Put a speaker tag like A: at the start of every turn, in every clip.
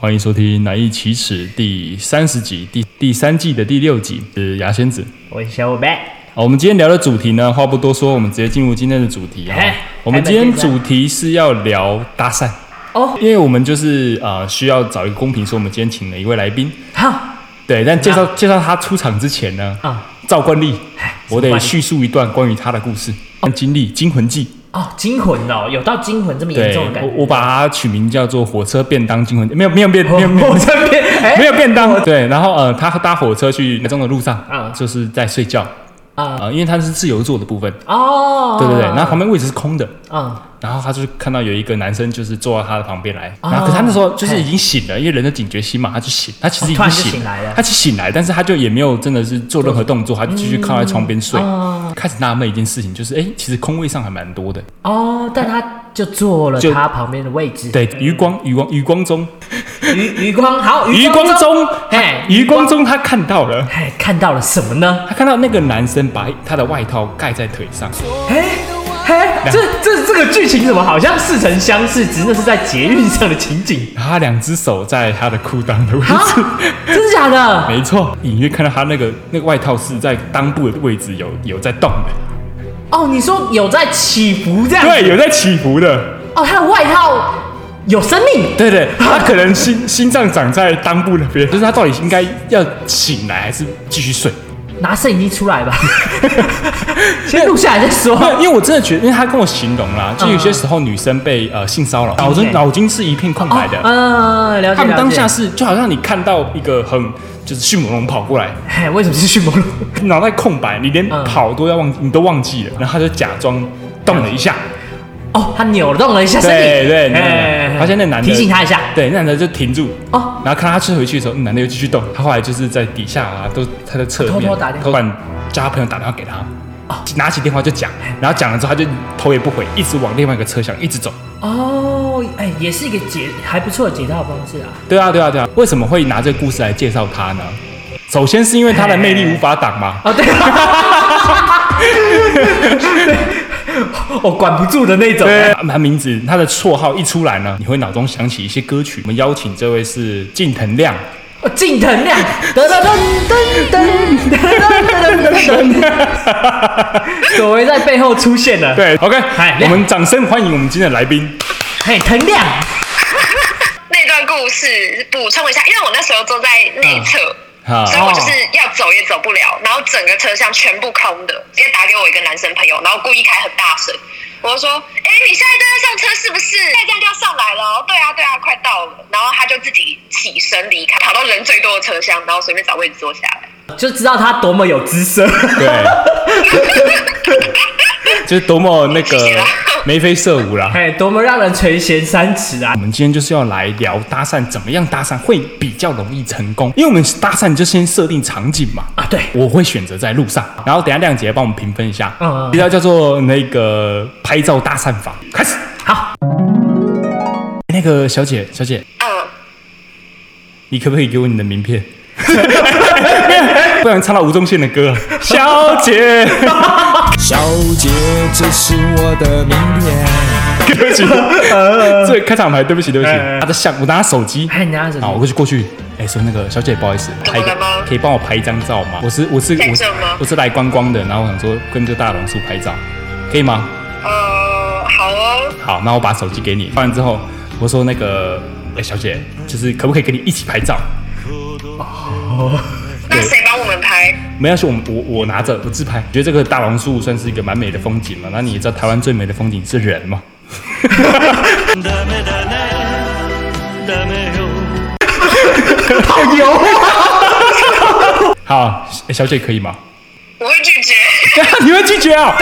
A: 欢迎收听《难易启齿》第三十集，第第三季的第六集，是牙仙子。
B: 我是小伙伴，
A: 好，我们今天聊的主题呢，话不多说，我们直接进入今天的主题啊
B: 哎。
A: 我们今天主题是要聊搭讪
B: 哦
A: 因为我们就是呃需要找一个公平，所以我们今天请了一位来宾。
B: 好
A: 对，但介绍介绍他出场之前呢，
B: 啊
A: 照惯例，我
B: 什么
A: 得
B: 惯例
A: 叙述一段关于他的故事、跟经历、惊魂记。
B: 哦，惊魂哦，有到惊魂这么严
A: 对
B: 重的，感觉？
A: 我我把它取名叫做“火车便当惊魂”，没有没有便没有没有
B: 我这 边
A: 没
B: 哎
A: 有便当。对，然后呃，他搭火车去台中的路上，
B: 嗯
A: 就是在睡觉
B: 啊
A: 啊，因为他是自由座的部分，
B: 哦，
A: 对对对，然后旁边位置是空的，
B: 嗯
A: 然后他就看到有一个男生就是坐到他的旁边来，
B: 哦
A: 然后可是他那时候就是已经醒了，因为人的警觉心嘛，他就醒，他其实已
B: 哦
A: 经
B: 突然就
A: 醒,、
B: 醒来了
A: 他其实醒来，但是他就也没有真的是做任何动作，他就继续靠在床边
B: 嗯
A: 睡，
B: 啊
A: 开始纳闷一件事情，就是哎，诶其实空位上还蛮多的，
B: 哦，但他就坐了
A: 就
B: 他旁边的位置，
A: 对，余光余光余光中
B: 余余光好，
A: 余光
B: 中，
A: 中
B: 嘿，
A: 余光中他看到了。
B: 哎，看到了什么呢？
A: 他看到那个男生把他的外套盖在腿上，
B: 哎哎，这这这个剧情怎么好像似曾相识？只是那是在捷运上的情景
A: 然后他两只手在他的裤裆的位
B: 啊
A: 置，？
B: 真的假的？
A: 没错，隐约看到他那个那个外套是在裆部的位置有有在动的，
B: 哦，你说有在起伏这样？
A: 对，有在起伏的，
B: 哦，他的外套有生命。
A: 对对，他可能心心脏长在裆部那边，就是他到底应该要醒来还是继续睡？
B: 拿摄影机 出来吧，先录下来再说。
A: 对，因为我真的觉得，因为他跟我形容啦，就有些时候女生被呃性骚扰，啊哦脑筋脑筋是一片空白的，
B: 嗯，了解。
A: 他们当下
B: 了解，
A: 是就好像你看到一个很就是迅猛龙跑过来，
B: 哎，为什么是迅猛龙？
A: 脑袋空白，你连
B: 嗯
A: 跑都要忘，你都忘记了，然后他就假装动了一下，
B: 哦，他扭动了一下身体，
A: 对对，
B: 哎
A: 对发现那男的
B: 提醒他一下。
A: 对，那男的就停住，
B: 哦，
A: 然后看他吃回去的时候，那男的又继续动，他后来就是在底下啊，都他在侧面
B: 偷偷打电话哦
A: 偷管叫他朋友打电话给他。拿起电话就讲，然后讲了之后，他就头也不回，一直往另外一个车厢一直走。
B: 哦，哎，也是一个解还不错的解套方式啊。
A: 对啊，对啊，对啊。为什么会拿这个故事来介绍他呢？首先是因为他的魅力无法挡嘛，
B: 哦，对，我哦管不住的那种。
A: 对，他名字他的绰号一出来呢，你会脑中想起一些歌曲。我们邀请这位是近藤亮，
B: 哦近藤亮，噔噔噔噔噔噔噔 噔噔，左为在背后出现了。，
A: 对，OK，
B: 嗨
A: 我们掌声欢迎我们今天的来宾。
B: 嘿，藤亮，
C: 那段故事补充一下，因为我那时候坐在内侧，
A: 哈，
C: 所以我就是要走也走不了，然后整个车厢全部空的，直接打给我一个男生朋友，然后故意开很大声，我就说：“哎、你现在正在上车是不是？现在就要上来了哦。”对啊，对啊，快到了。然后他就自己起身离开，跑到人最多的车厢，然后随便找位置坐下来。
B: 就知道他多么有姿色。
A: 对， 就是多么那个眉飞色舞啦。
B: 哎，多么让人垂涎三尺啊
A: 我！们今天就是要来聊搭讪，怎么样搭讪会比较容易成功？因为我们搭讪就先设定场景嘛。
B: 啊，对，
A: 我会选择在路上，然后等一下亮姐帮我们评分一下，
B: 嗯嗯
A: 比较叫做那个拍照搭讪法，开始。哎
B: 好，
A: 那个小姐，小姐，
C: 嗯，
A: 你可不可以给我你的名片？ 不然唱到吴宗宪的歌，小姐，
D: 小姐，这是我的名片。
A: 对不 起，这开场白，对不起，对不
D: 哎
A: 起，他的相，我拿他手机，
B: 哎，你拿着
A: 啊，我过去过去，哎、说那个小姐，不好意思，
C: 怎么了吗
A: 可以帮我拍一张照吗？我是我是我
C: 在
A: 是
C: 这吗
A: 我是来观光的，然后我想说跟这大榕树拍照，可以吗？
C: 呃，好哦，
A: 好，那我把手机给你，拍完之后，我说那个，哎、小姐，就是可不可以跟你一起拍照？
C: 那谁帮我们拍？
A: 没关系，我们我我拿着我自拍，觉得这个大榕树算是一个蛮美的风景嘛。那你也知道台湾最美的风景是人嘛？
B: 好油啊！
A: 好，诶小姐可以吗？
C: 我会拒绝。
A: 你会拒绝啊？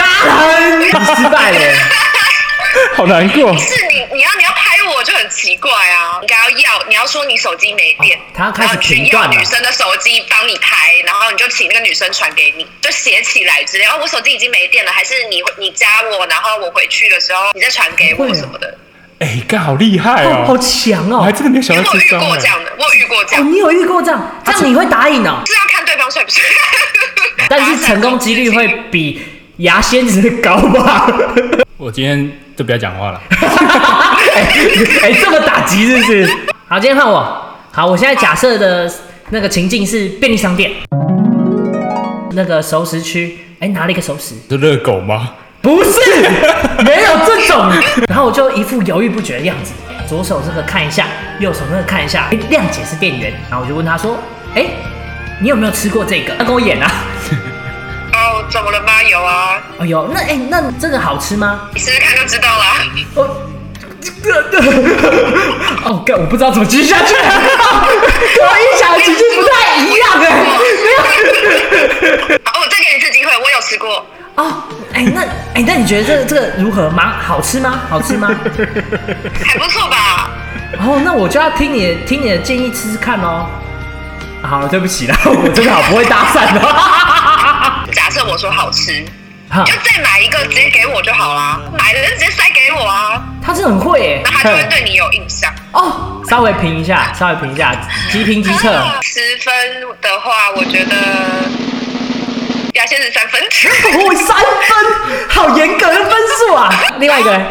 B: 你失败了，
A: 好难过。
C: 是你，你要你要拍我就很奇怪啊！你应该要要，你要说你手机没电，
B: 哦他要开始
C: 然后你去
B: 评
C: 要
B: 断了
C: 女生的手机帮你拍，然后你就请那个女生传给你，就写起来之类。哦，我手机已经没电了，还是你你加我，然后我回去的时候你再传给我什么的。
B: 啊
A: 哎、干好厉害
B: 哦好
A: 哦！
B: 强
A: 我
B: 哦
A: 还！真的没有想
C: 因
A: 到
C: 为我
A: 这
C: 遇
A: 招、
C: 过这
A: 欸。
C: 样的，我遇过这
B: 哦，
C: 样，
B: 你有遇过这
A: 啊
B: 样，这样你会答应哦，
C: 是要看对方帅不帅。
B: 但是成功几率会比牙仙子高 吧？
A: 我今天就不要讲话了。
B: 哎哎，这么打击是不是？好，今天换我，好，我现在假设的那个情境是便利商店，那个熟食区，哎、拿了一个熟食，
A: 是热狗吗？
B: 不是，没有这种。然后我就一副犹豫不决的样子，左手这个看一下，右手那个看一下。哎，亮姐是店员，然后我就问她说：“哎，你有没有吃过这个？”她跟我演啊。
C: 哦，怎么了吗？有啊，
B: 哎呦，那哎那这个好吃吗？
C: 你试试看就知 道啦。
B: 我，哦，干，我不知道怎么继续下去。我一想情境不太一样哎，没有。
C: 好，哦我再给你一次机会，我有吃过，
B: 哦，哎那哎那你觉得这个这个如何？蛮好吃吗？好吃吗？
C: 还不错吧？
B: 哦，那我就要听你的听你的建议吃吃看喽。好了，对不起啦， 我真的好不会搭讪啊的。
C: 假设我说好吃，
B: 哈
C: 就，再买一个直接给我就好啦，买了就直接塞给我啊，
B: 他真的很会耶
C: 那。他就会对你有印象。
B: 哦，稍微评一下，稍微评一下，即评即测。
C: 啊十分的话，我觉得要先是三分。
B: 我三分，好严格的分数啊！另外一个人，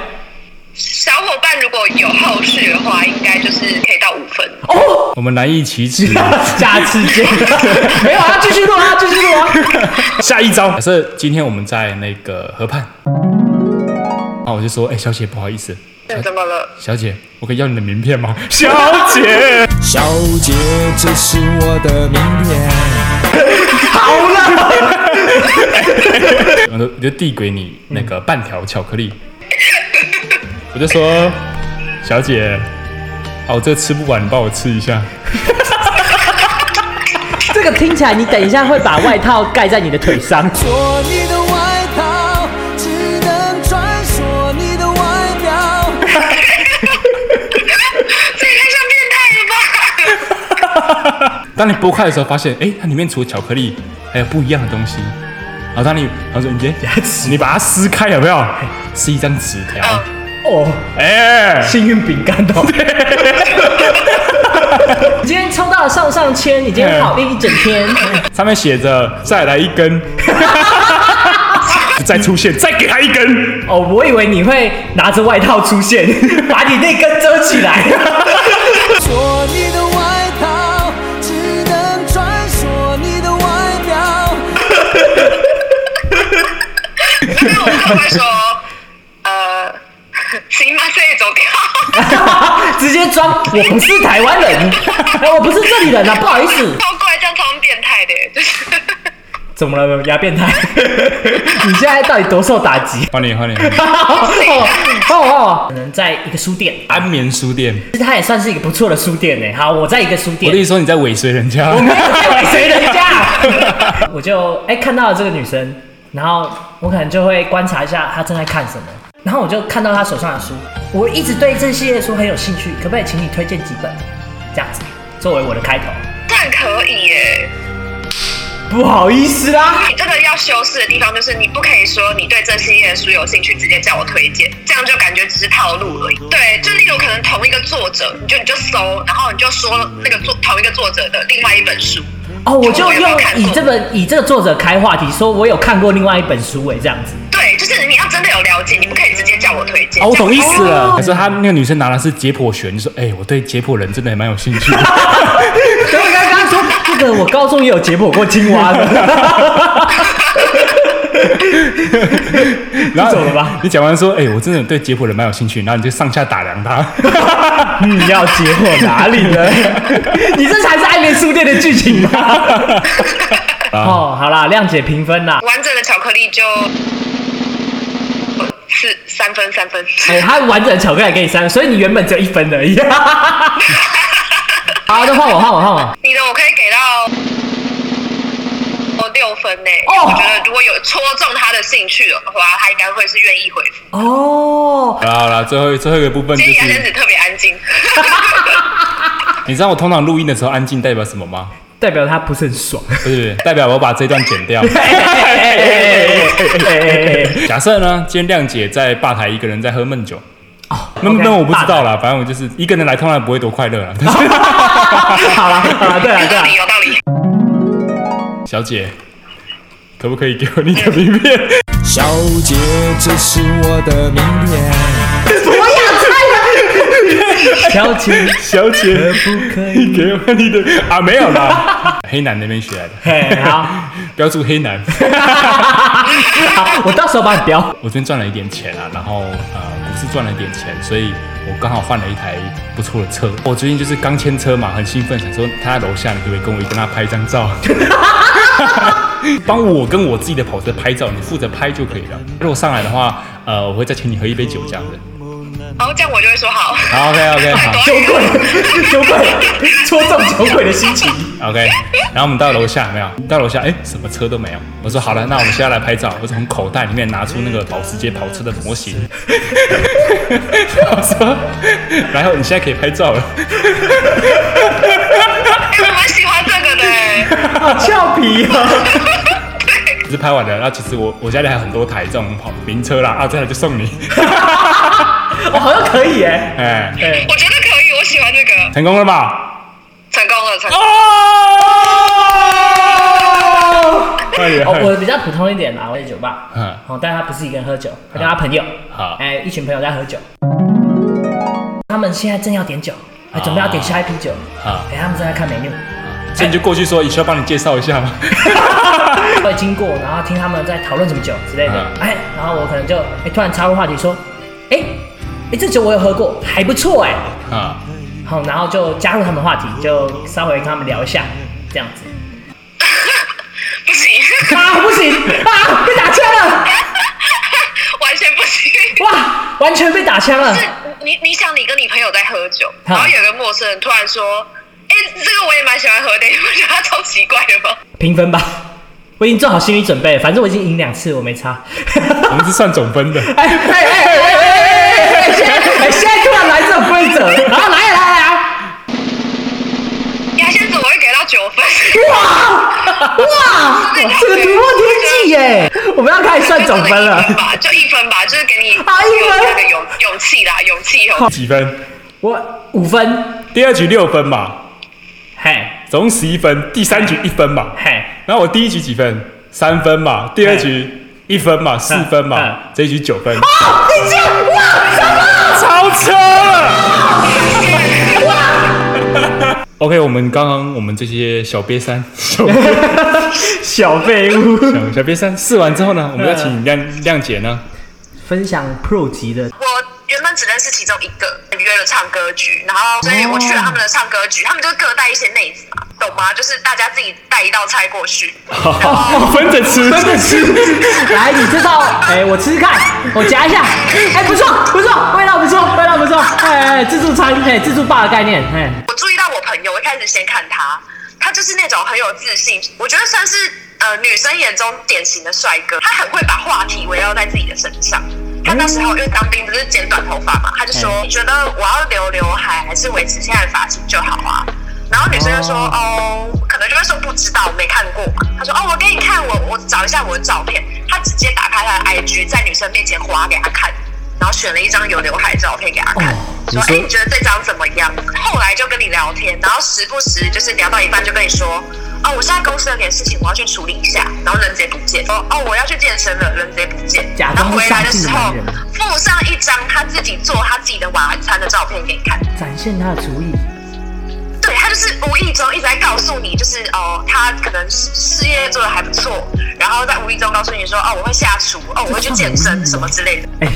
C: 小伙伴如果有后续的话，应该就是可以到五分。
B: 哦，
A: 我们难以启齿。
B: 下次见。 没有啊，继续录啊，继续录啊。
A: 下一招，假设今天我们在那个河畔，然后我就说：“哎、小姐，不好意思，
C: 怎么了？
A: 小姐，我可以要你的名片吗？” 小姐，
D: 小姐，这是我的名片。
A: 我就我就递给你那个半条巧克 力，我就说：“小姐，啊，我这吃不完，你帮我吃一下。
B: 这个听起来，你等一下会把外套盖在你的腿上。
D: 做你的外套，只能穿梭你的外表。
C: 这也太像变态了吧！”
A: 当你剥开的时候，发现哎、它里面除了巧克力，还有不一样的东西。然后当你，他说你今天牙齿，你把它撕开有没有？是一张纸条。
B: 哦，
A: 哎、
B: 幸运饼干哦。你 今天抽到了上上签，你今天好运一整天。
A: 上面写着“再来一根”， 再出现，再给他一根。
B: 哦，我以为你会拿着外套出现， 把你那根遮起来。
D: 做你的外套，只能穿梭你的外表。
C: 那边我们会不会说，呃， 行吗？这也走掉。
B: 直接装我不是台湾 人，哎，我不是这里人啊，不好意思。
C: 超怪，这样超变态的耶，就是。
B: 怎么了，牙变态？ 你现在到底多受打 击？
A: 欢迎欢迎，
B: 哦哦，可能在一个书店，
A: 安眠书店。
B: 其实它也算是一个不错的书店呢。好，我在一个书
A: 我
B: 店
A: 跟，你说，你在尾随人家。
B: 没有在尾随人家，我就哎、看到了这个女生，然后我可能就会观察一下她正在看什么，然后我就看到她手上的书，我一直对这系列书很有兴趣，可不可以请你推荐几本？这样子作为我的开头。
C: 这很可以耶！
B: 不好意思啊啦，
C: 你这个要修饰的地方就是，你不可以说你对这系列的书有兴趣，直接叫我推荐，这样就感觉只是套路
A: 哦
C: 而已。对，就例如可能同一个作者，你就你就搜，然后你就说那个作同一个作者的另外一本书，
B: 哦，我就
C: 我有没
B: 用
C: 有看过
B: 以这本以这个作者开话题，说我有看过另外一本书哎诶，这样子。
C: 对，就是你要真的有了解，你不可以直接叫我推 荐。
A: 哦，我懂意
C: 这样
A: 思了。
B: 哦
A: 可是他那个女生拿的是解剖学，你说，哎、我对解剖人真的也蛮有兴 趣的。
B: 所以我刚刚说这个，我高中也有解剖过青蛙 的。
A: 然后
B: 你走了吧
A: 你讲完说，哎、我真的对解剖人蛮有兴趣，然后你就上下打量 他。
B: 你嗯要解剖哪里呢？你这才是《爱莲书店》的剧情吧？
A: 啊
B: 哦，好啦，亮姐评分啦。
C: 完整的巧克力就四三分 三分。
B: 哎、他完整的巧克力给你三，所以你原本只有一分而已。好，那换我，换我，换我。
C: 你的我可以给到哦六分呢、因为我觉得如果有戳中他的兴趣的话，他应该会是愿意回复。
B: 哦，
A: 好啦好啦，最后最后一个部分就
C: 今天牙仙
A: 是，
C: 子特别 安静，
A: 你知道我通常录音的时候安静代表什么吗？
B: 代表他不是很爽。
A: 不是，代表我把这段剪掉。
B: 哎哎哎哎哎哎哎
A: 假设呢，今天亮姐在吧台一个人在喝闷酒。那
B: 哦 OK，
A: 那我不知道啦，反正我就是一个人来，通常不会多快乐啦。但是
B: 好了好了，对了
C: 有
B: 对
C: 道
B: 了
C: 理，，有道理。
A: 小姐，可不可以给我你的名 片？
D: 小姐，这是我的名片。
B: 不要猜了，小姐，
A: 小姐，
B: 不可
A: 你
B: 以。
A: 给我你的啊，没有啦，黑男那边学来的，
B: 嘿，好，
A: 标注黑男。
B: 好，我到时候帮你标。
A: 我最近赚了一点钱啊，然后呃股市赚了一点钱，所以我刚好换了一台不错的车。我最近就是刚签车嘛，很兴奋，想说他在楼下，你可不可以跟我跟他拍一张照？ 帮我跟我自己的跑车拍照，你负责拍就可以了。如果上来的话，呃，我会再请你喝一杯酒这样子。
C: 然后这样我就会说好。
A: 好，OK OK，好
B: 酒鬼，酒鬼， 戳中酒鬼的心情。
A: OK。然后我们到楼下有没有？到楼下，哎，什么车都没有。我说好了，那我们现在来拍照。我从口袋里面拿出那个保时捷跑车的模型， 我说，然后你现在可以拍照了。
C: 哎、我蛮喜欢这个的、哎
B: 好俏皮哦！
A: 只是拍完了，那其实我我家里还有很多台这种跑名车啦，啊，这台就送你，
B: 我好像可以耶。
A: 哎、
B: 对，
C: 我觉得可以，我喜欢这个，
A: 成功了吧？
C: 成功了，成功了。
A: 哦，快点，
B: 哦，我比较普通一点啦，我在酒吧。
A: 嗯
B: 哦，但他不是一个人喝酒，他跟他朋友。
A: 好
B: 哎，一群朋友在喝酒。他们现在正要点酒，还准备要点下一批酒。
A: 啊好，
B: 哎，他们正在看 menu。
A: 所以你就过去说，也需要帮你介绍一下吗？
B: 会经过，然后听他们在讨论什么酒之类的
A: 嗯，
B: 哎、然后我可能就哎、突然插入话题说，哎、哎、这酒我有喝过，还不错哎、
A: 啊，
B: 好，然后就加入他们话题，就稍微跟他们聊一下，这样子。
C: 不行，
B: 啊，不行啊，被打枪了，
C: 完全不行。
B: 哇，完全被打枪了
C: 是，你你想你跟你朋友在喝酒，
B: 哈
C: 然后有个陌生人突然说：“哎、这个我也蛮喜欢喝的，你不觉得他超奇怪的吗
B: 平分吧。 我已经做好心理准备了，反正我已经赢两次，我没差。
A: 我们是算总分的。
B: 哎哎哎哎哎哎哎！现在哎现在突然来这种规则， 然后来来啊来，？”
C: 牙仙子我会给到九分，
B: 哇，这个突破天际耶！我们要开始算总分了
C: 就。吧，就一分吧，就是给你
B: 好一分
C: 那个勇勇气啦，勇气勇气。
A: 几分？
B: 我五分，
A: 第二局六分嘛，
B: 嘿，
A: 总十一分，第三局一分嘛。
B: 嘿，
A: 然后我第一局几分？三分嘛，第二局一分嘛，四分
B: 嗯
A: 嘛，这一局九分，
B: 你这样哇，
A: 超车了。OK，我们刚刚我们这些小瘪三， 小
B: 小废物，
A: 小小瘪三试完之后呢，我们要请亮亮姐呢，
B: 分享 Pro 级的，
C: 我原本只认识其中一个，约了唱歌局，然后所以我去了他们的唱歌局，他们就各带一些妹子嘛，懂吗？就是大家自己带一道菜过去，
B: 哦
A: 分着吃，分着吃，
B: 来，你这套，哎，我吃吃看，我夹一下，哎，不错，不错，味道不错，味道不错，哎，哎自助餐，哎，自助吧的概念，哎，
C: 我注意到我朋友，我一开始先看他，他就是那种很有自信，我觉得算是呃女生眼中典型的帅哥，他很会把话题围绕在自己的身上。他那时候因为当兵不是剪短头发嘛，他就说
B: 嗯
C: 你觉得我要留刘海还是维持现在的发型就好啊？然后女生就说哦，可能就会说不知道，没看过嘛。他说哦，我给你看我我找一下我的照片。他直接打开他的 IG，在女生面前划给他看，然后选了一张有刘海的照片给他
B: 哦
C: 看。说：“哎、你觉得这张怎么样？”后来就跟你聊天，然后时不时就是聊到一半就跟你说：“哦，我现在公司有点事情，我要去处理一下。”然后人直接不见。说：“哦，我要去健身了，人直接不见。”
B: 假
C: 然
B: 装
C: 后回来的时候
B: 上进的男人，
C: 附上一张他自己做他自己的晚餐的照片给你看。
B: 展现他的厨艺，
C: 对他就是无意中一直在告诉你，就是哦，他可能事事业做的还不错，然后在无意中告诉你说：“哦，我会下厨，哦，我会去健身什么之类的。
B: 哎，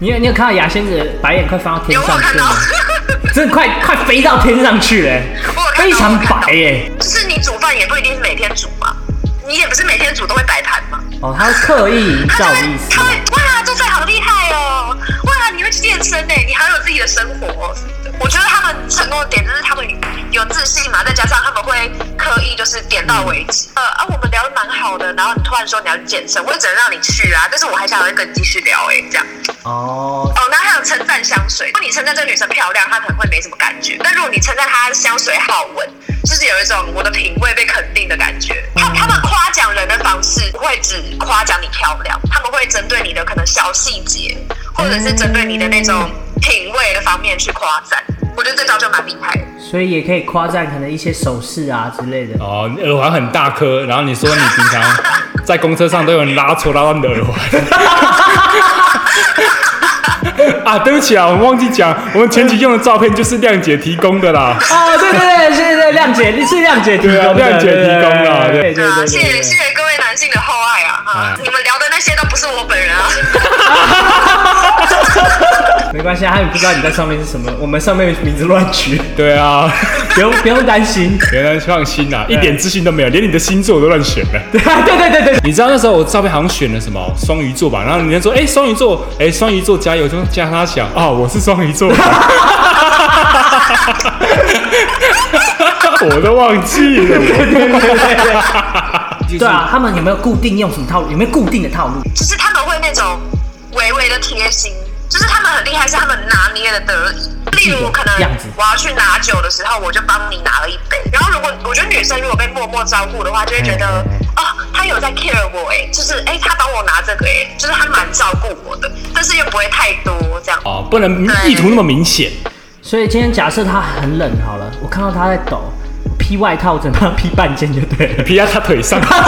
B: 你有你有看到牙仙子白眼快翻到”天
C: 有没有
B: 上
C: 看
B: 去
C: 到
B: 了？？真的快快飞到天上去了，
C: 我有看到
B: 非常白耶！
C: 就是你煮饭也不一定是每天煮嘛，你也不是每天煮都会摆盘嘛。
B: 哦，他会刻意营
C: 他就
B: 造
C: 会
B: 的意思
C: 他，会哇，做菜好厉害哦！哇，你会去健身呢，你好有自己的生活哦、我觉得他们成功的点就是他们有自信嘛，再加上他们会刻意就是点到为止。呃啊，我们聊得蛮好的，然后你突然说你要去健身，我也只能让你去啊，但是我还想要跟你继续聊哎、这样。
B: 哦，
C: 哦，那还有称赞香水。如果你称赞这个女生漂亮，她可能会没什么感觉；但如果你称赞她香水好闻，就是有一种我的品味被肯定的感觉。他他们夸奖人的方式不会只夸奖你漂亮，他们会针对你的可能小细节，或者是针对你的那种品味的方面去夸赞。我觉得这招就蛮厉害的。
B: 所以也可以夸赞可能一些首饰啊之类的，
A: 哦，你耳环很大颗，然后你说你平常在公车上都有人拉错拉到你的耳环， 啊，对不起啊，我们忘记讲，我们前期用的照片就是亮姐提供的啦。
B: 哦，对对对，是对亮姐，你是亮姐提供的，
A: 对啊亮姐提供啊
B: 对对
A: 对
B: 对
C: 啊
B: 对，
C: 谢谢谢谢各位男性的厚爱啊！啊
A: 哎，
C: 你们聊的那些都不是我本人啊。
B: 没关系，啊，他也不知道你在上面是什么，我们上面名字乱取，
A: 对啊，
B: 不 用不用担心。
A: 原来放心啦、一点自信都没有，连你的星座我都乱选了。
B: 对对对对对，
A: 你知道那时候我照片好像选了什么双鱼座吧，然后人家说，哎、双鱼座，哎、双鱼座加油，就加他想，哦，我是双鱼座， 我都忘记了，
B: 对啊，他们有没有固定用什么套路？有没有固定的套路？
C: 就是他们会那种微微的贴心，就是他们很厉害，是他们拿捏的得宜。例如，可能
B: 样子
C: 我要去拿酒的时候，我就帮你拿了一杯。然后，如果我觉得女生如果被默默照顾的话，就会觉得哦，他有在 care 我哎、就是哎、他帮我拿这个哎、就是他蛮照顾我的，但是又不会太多这样。
A: 哦，不能意图那么明显，
B: 所以今天假设他很冷好了，我看到他在抖，我披外套整他披半件就对 了。
A: 披在他腿上， 又来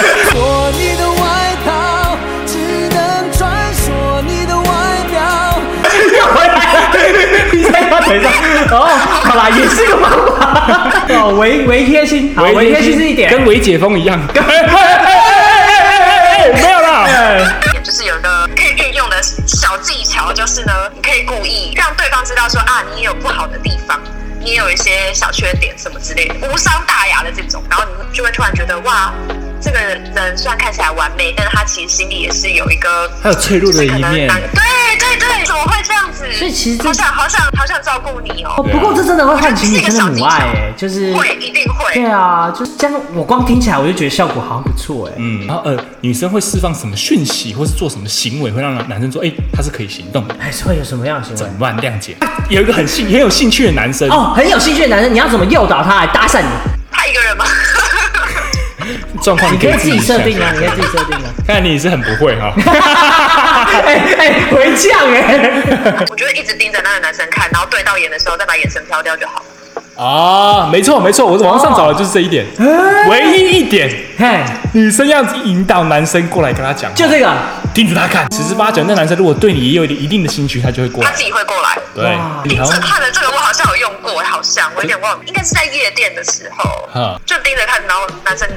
A: 了
D: 做你的外套，只能穿梭你的外表。
B: 披在他腿上，哦，好啦，也是个方法。哦，微微贴心，好，微贴心是一点。
A: 跟维解封一样，没有啦，
C: 也就是有一个可以运用的小技巧，就是呢，你可以故意让对方知道说啊，你也有不好的地方，你也有一些小缺点什么之类的，无伤大雅的这种，然后你就会突然觉得哇，这个人虽然看起来完美，但是他其实心里也是有一个
A: 还有脆弱的一
C: 就是可能
A: 面
C: 难对对对，怎么会这样子？
B: 所以其实这
C: 好想好想好想照顾你
B: 哦，
C: 哦，
B: 不过这真的会唤起女生的母爱哎、就是
C: 会一定会。
B: 对啊，就是这样。我光听起来我就觉得效果好像不错哎、
A: 嗯，然后呃，女生会释放什么讯息，或是做什么行为，会让男生说，哎、他是可以行动的，
B: 还是会有什么样的行
A: 怎
B: 为？
A: 么办？谅解，有一个很兴很有兴趣的男生，
B: 哦，很有兴趣的男生，你要怎么诱导他来搭讪你？
C: 他一个人吗？
A: 状况
B: 你可以自己设定啊，
A: 想
B: 你
A: 象
B: 可以自己设定啊。
A: 看来你也是很不会 哈、
B: 哎哎，回呛哎、
C: 我就会一直盯着那个男生看，然后对到眼的时候再把眼神飘掉就好。
A: 啊，没错没错，我网上找的就是这一点，
B: 哦
A: 唯一一点，
B: 嘿，
A: 女生要引导男生过来跟他讲话，
B: 就这个，
A: 盯着他看，十之八九那男生如果对你也有一定的兴趣，他就会过
C: 他
A: 来
C: 自。己会过来。
A: 对
B: 哇，
A: 你好
C: 这
A: 像
C: 看了这个，我好像有用过，好像我有点忘了，应该是在夜店的时候
A: 哈，
C: 就盯着看，然后男生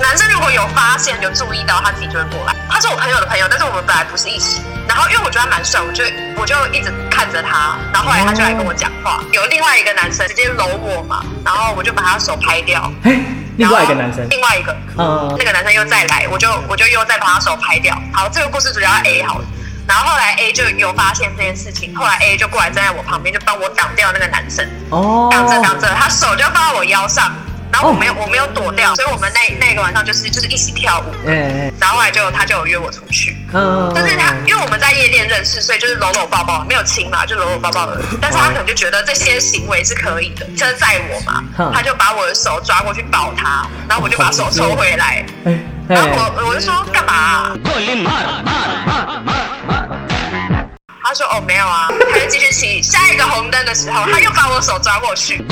C: 男生如果有发现有注意到，他自己就会过来。他是我朋友的朋友，但是我们本来不是一起。然后因为我觉得他蛮帅，我就我就一直看着他，然后后来他就来跟我讲话。有另外一个男生直接搂我嘛，然后我就把他手拍掉。
B: 嘿，另外一个男生
C: 然后，另外一个，
B: 嗯
C: 那个男生又再来，我就我就又再把他手拍掉。好，这个故事主要 A 好了。然后后来 A 就有发现这件事情，后来 A 就过来站在我旁边，就帮我挡掉那个男生，
B: 哦，
C: 挡着挡着，他手就放在我腰上，然后我没有我没有躲掉，所以我们那那个晚上就是就是一起跳舞，
B: 哎哎，
C: 然后后来就他就有约我出去，
B: 嗯，
C: 但是他因为我们在夜店认识，所以就是搂搂抱抱，没有亲嘛，就搂搂抱抱的。但是他可能就觉得这些行为是可以的，车载我嘛
B: 哼，
C: 他就把我的手抓过去抱他，然后我就把手抽回来，
B: 哎
C: 然后
B: 哎，
C: 我我就说干嘛啊、他说哦没有啊，他就继续骑。下一个红灯的时候，他又把我手抓过去，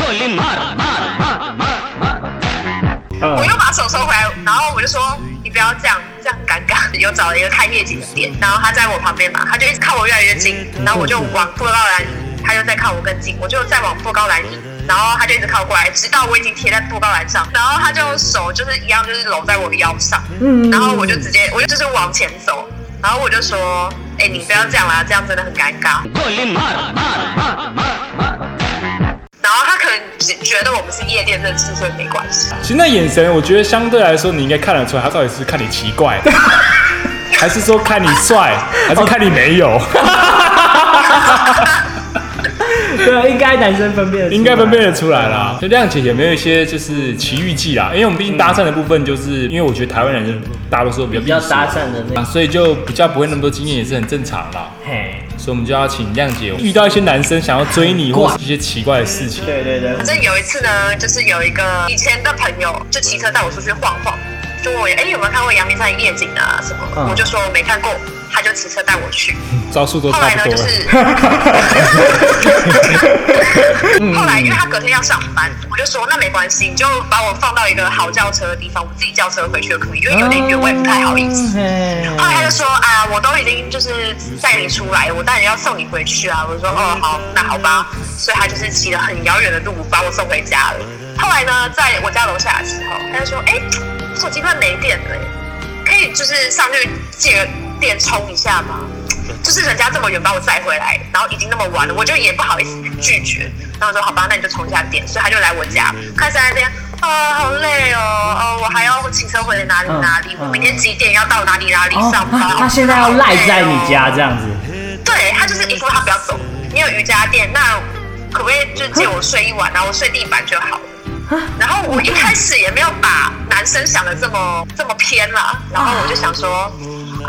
C: 我又把手收回来，然后我就说你不要这样，这样很尴尬。 又找了一个看夜景的店，然后他在我旁边嘛，他就一直靠我越来越近，然后我就往波高栏移，他就在靠我更近，我就再往波高栏移，然后他就一直靠过来，直到我已经贴在波高栏上，然后他就手就是一样就是搂在我的腰上，
B: 嗯
C: 然后我就直接我就就是往前走，然后我就说，哎、你不要这样啦，这样真的很尴尬。然后他可能只觉得我们是夜店认识，所以没关系。
A: 其实那眼神，我觉得相对来说，你应该看得出来，他到底是看你奇怪， 还是说看你帅，还
B: 哦
A: 是看你没有？
B: 对，应该男生分辨，
A: 应该分辨得出来啦。就亮姐有没有一些就是奇遇记啦？因为我们毕竟搭讪的部分，就是因为我觉得台湾人大多数比较
B: 比较
A: 避俗
B: 搭讪的那
A: 啊，
B: 个，
A: 所以就比较不会那么多经验，也是很正常啦。
B: 嘿，
A: 所以我们就要请亮姐，遇到一些男生想要追你或是一些奇怪的事情，
B: 对对对，
C: 反正有一次呢，就是有一个以前的朋友，就骑车带我出去晃晃，就问我，哎、有没有看过阳明山的夜景啊什么？
B: 嗯
C: 我就说我没看过。他就骑车带我去。
A: 招数都
C: 后
A: 差
C: 来
A: 不多
C: 呢，就
A: 了。
C: 是，
A: 嗯
C: 后来因为他隔天要上班，我就说那没关系，你就把我放到一个好叫车的地方，我自己叫车回去就可以，因为有点远，我也不太好意思。
B: 嗯
C: 后来他就说啊，我都已经就是载你出来，我当然要送你回去啊。我说哦好，那好吧。所以他就是骑了很遥远的路把我送回家了。后来呢，在我家楼下的时候，他就说哎、手机快没电了耶，可以就是上去借电充一下吗？就是人家这么远把我载回来，然后已经那么晚了，我就也不好意思拒绝。然后我说好吧，那你就充一下电，所以他就来我家，开始在那边，啊、好累哦，哦，我还要骑车回哪里哪里，我明天几点要到哪里哪里
B: 哦，
C: 上班。
B: 他他现在要赖在你家这样子，
C: 对他就是一副他不要走，你有瑜伽垫，那可不可以就借我睡一晚，然后我睡地板就好了。然后我一开始也没有把男生想的这么这么偏啦，然后我就想说，嗯，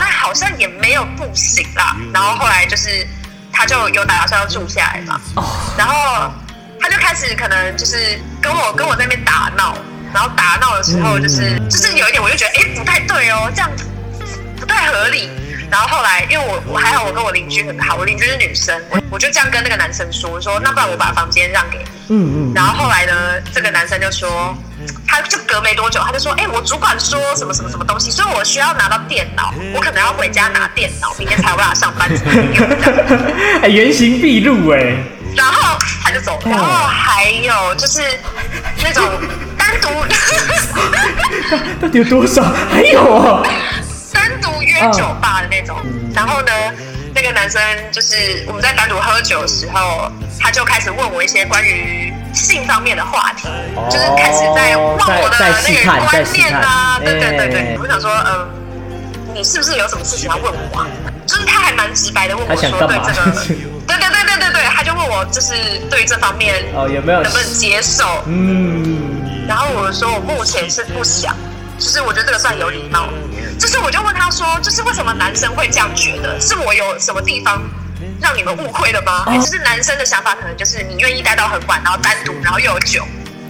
C: 那好像也没有不行啦。然后后来就是他就有打算要住下来嘛，然后他就开始可能就是跟我跟我在那边打闹，然后打闹的时候就是、就是有一点我就觉得哎、诶不太对哦，这样不太合理。然后后来，因为我我还好，我跟我邻居很好，我邻居是女生，我我就这样跟那个男生说，我说那不然我把房间让给你。
B: 嗯嗯，
C: 然后后来呢，这个男生就说，他就隔没多久，他就说，哎、我主管说什么什么什么东西，所以我需要拿到电脑，我可能要回家拿电脑，明天才有办法上班。怎么样这样
B: 哎，原形毕露哎，
C: 然后他就走了，然后还有就是那种单独
B: 到底有多少？还有哦，
C: 单独约酒吧的那种。然后呢，那个男生就是我们在单独喝酒的时候，他就开始问我一些关于性方面的话题，就是开始在问我的
B: 在在试
C: 那
B: 探
C: 个观念啊，
B: 在
C: 对
B: 试探
C: 对对
B: 哎
C: 对，我想说，嗯，你是不是有什么事情要问我啊？就是他还蛮直白的问
B: 他
C: 我
B: 想
C: 说
B: 干
C: 对
B: 嘛
C: 这个，对对对对对对，他就问我就是对于这方面
B: 哦有没有
C: 能不能接受，
B: 嗯，
C: 然后我说我目前是不想，就是我觉得这个算有礼貌。就是我就问他说，就是为什么男生会这样觉得？是我有什么地方让你们误会了吗？还是男生的想法可能就是你愿意待到很晚，然后单独，然后又有酒，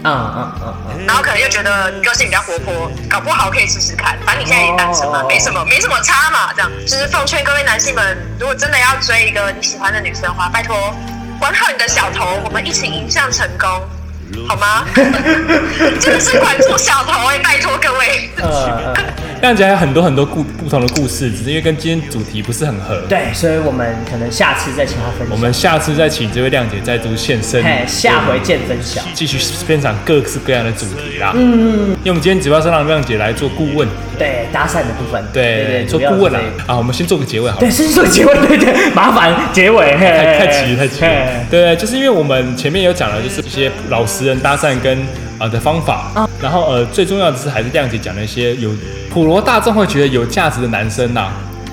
B: 啊啊啊啊，
C: 然后可能又觉得你个性比较活泼，搞不好可以试试看。反正你现在也单身嘛，没什么，没什么差嘛。这样就是奉劝各位男性们，如果真的要追一个你喜欢的女生的话，拜托管好你的小头，我们一起迎向成功，好吗？ 真的是管住小头哎、拜托各位。
B: 呃，呃
A: 这样讲有很多很多故不同的故事，只是因为跟今天主题不是很合。
B: 对，所以我们可能下次再请他分享，
A: 我们下次再请这位亮姐再度现身，
B: 嘿下回见分享。
A: 继续分享各式各样的主题啦。嗯，因为我们今天主要是让亮姐来做顾问，
B: 对搭讪的部分，
A: 对，
B: 对，
A: 做
B: 主要是
A: 顾问啦
B: 这个。
A: 啊，我们先做个结尾好了
B: 对，。哎是做结尾，对对，麻烦结尾，嘿
A: 太太急了太急了
B: 嘿
A: 对，就是因为我们前面有讲了，就是一些老实人搭讪跟呃的方法，然后呃最重要的是还是亮姐讲了一些有普罗大众会觉得有价值的男生呐、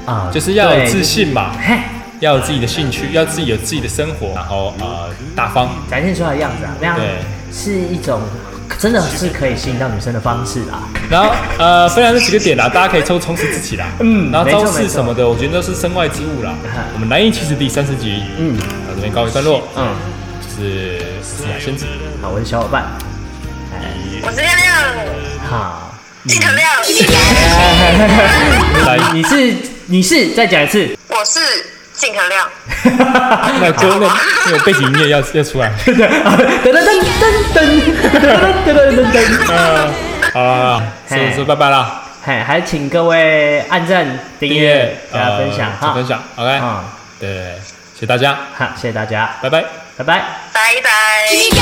B: 啊
A: 就是要有自，信嘛，
B: 对就是嘿，
A: 要有自己的兴趣，要自己有自己的生活，然后呃大方，
B: 展现出来的样子啊，那样
A: 对
B: 是一种真的是可以吸引到女生的方式啊。
A: 然后呃分享这几个点啦，大家可以抽充实自己啦，
B: 嗯
A: 然后
B: 没错
A: 招
B: 没
A: 式
B: 错
A: 什么的，我觉得都是身外之物啦
B: 啊。
A: 我们南艺七十第三十集，
B: 嗯
A: 到这边告一段落，
B: 嗯，
A: 就是啊司马仙子，
B: 好，我是小伙伴，
C: 我是亮亮，
B: 好，
C: 尽可亮，
A: 来，
B: 你是你是再讲一次，
C: 我是尽可亮。
A: 那就那那个背景音乐要要出来。
B: 对，啊噔噔噔噔噔噔噔噔噔噔，
A: 嗯，好了，好了
B: 嘿
A: 说说拜拜啦，
B: 嘿，还请各位按赞、订阅、大家分享
A: 呃
B: 哈，
A: 分享，OK，
B: 嗯
A: 对，谢谢大家，
B: 好，谢谢大家，
A: 拜拜。
B: 拜拜。
C: 拜拜。